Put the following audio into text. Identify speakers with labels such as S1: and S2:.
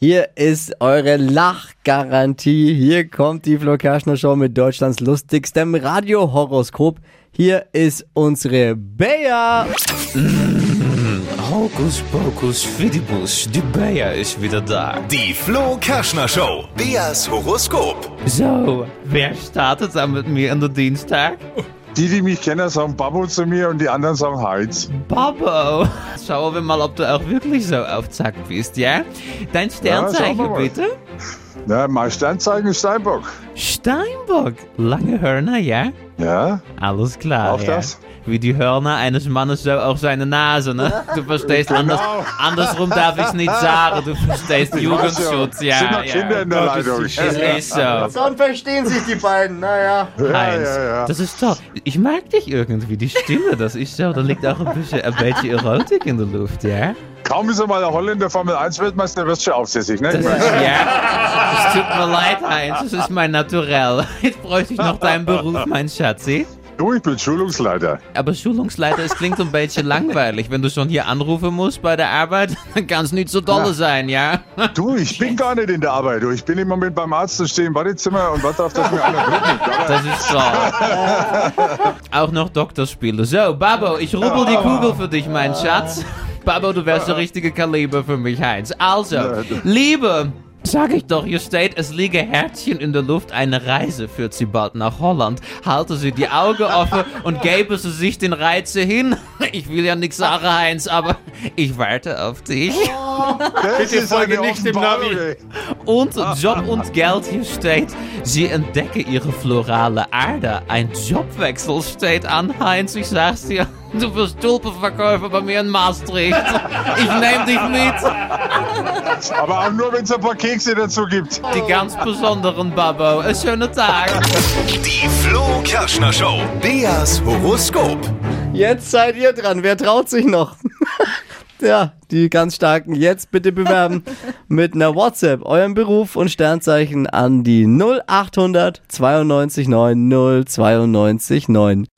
S1: Hier ist eure Lachgarantie. Hier kommt die Flo Kerschner Show mit Deutschlands lustigstem Radiohoroskop. Hier ist unsere Bea.
S2: Hokus Pokus Fidibus, die Bär ist wieder da.
S3: Die Flo Kerschner Show. Beas Horoskop.
S2: So, wer startet dann mit mir an den Dienstag?
S4: Die, die mich kennen, sagen Babu zu mir und die anderen sagen Heiz.
S2: Bobo. Schauen wir mal, ob du auch wirklich so auf Zack bist, ja? Dein Sternzeichen
S4: schauen wir mal.
S2: bitte?
S4: Na, mein Sternzeichen ist Steinbock.
S2: Steinbock. Lange Hörner, ja?
S4: Ja?
S2: Alles klar.
S4: Auf
S2: ja.
S4: das.
S2: Wie die Hörner eines Mannes, so auch seine Nase, ne? Du verstehst, anders, andersrum darf ich nicht sagen. Du verstehst
S4: weiß ja.
S2: Jugendschutz, ja.
S4: Sind noch
S2: ja.
S4: Kinder in der
S2: Gottes
S4: Leitung.
S2: Willen, Es ist so.
S1: Dann verstehen sich die beiden. Naja.
S4: Ja,
S2: Heinz,
S4: ja, ja.
S2: das ist toll. Ich mag dich irgendwie, die Stimme, das ist so. Da liegt auch ein bisschen, ein bisschen Erotik in der Luft, ja?
S4: Kaum ist er mal der Holländer Formel 1 Weltmeister, wirst du schon aufsässig, ne?
S2: Das ist, ja, es tut mir leid, Heinz, das ist mein Naturell. Jetzt bräuchte ich noch deinen Beruf, mein Schatzi.
S4: Du, ich bin Schulungsleiter.
S2: Aber Schulungsleiter, es klingt ein bisschen langweilig. Wenn du schon hier anrufen musst bei der Arbeit, dann kann es nicht so dolle sein, ja?
S4: Du, ich bin gar nicht in der Arbeit. Du, ich bin im Moment beim Arzt und stehe im Wartezimmer und warte auf, dass mir einer drückt. Aber
S2: Das ist toll. Auch noch Doktorspiele. So, Babo, ich rubbel die Kugel für dich, mein Schatz. Babo, du wärst der richtige Kaliber für mich, Heinz. Also, Liebe, sag ich doch, hier steht, es liege Herzchen in der Luft. Eine Reise führt sie bald nach Holland. Halte sie die Augen offen und gäbe sie sich den Reize hin. Ich will ja nichts sagen, Heinz, aber ich warte auf dich.
S4: das ist
S5: folge
S4: eine
S5: nicht dem
S4: Offenbarung,
S5: Navi.
S4: ey.
S2: Und Job und Geld hier steht. Sie entdecken ihre florale Aarde. Ein Jobwechsel steht an, Heinz. Ich sag's dir, du wirst Tulpenverkäufer bei mir in Maastricht. Ich nehm dich mit.
S4: Aber auch nur, wenn es ein paar Kekse dazu gibt.
S2: Die ganz besonderen Babbo. Einen schönen Tag.
S3: Die Flo Kerschner Show. Beas Horoskop.
S1: Jetzt seid ihr dran. Wer traut sich noch? ja, die ganz starken jetzt bitte bewerben mit einer WhatsApp euren Beruf und Sternzeichen an die 0800 92 9 092 9.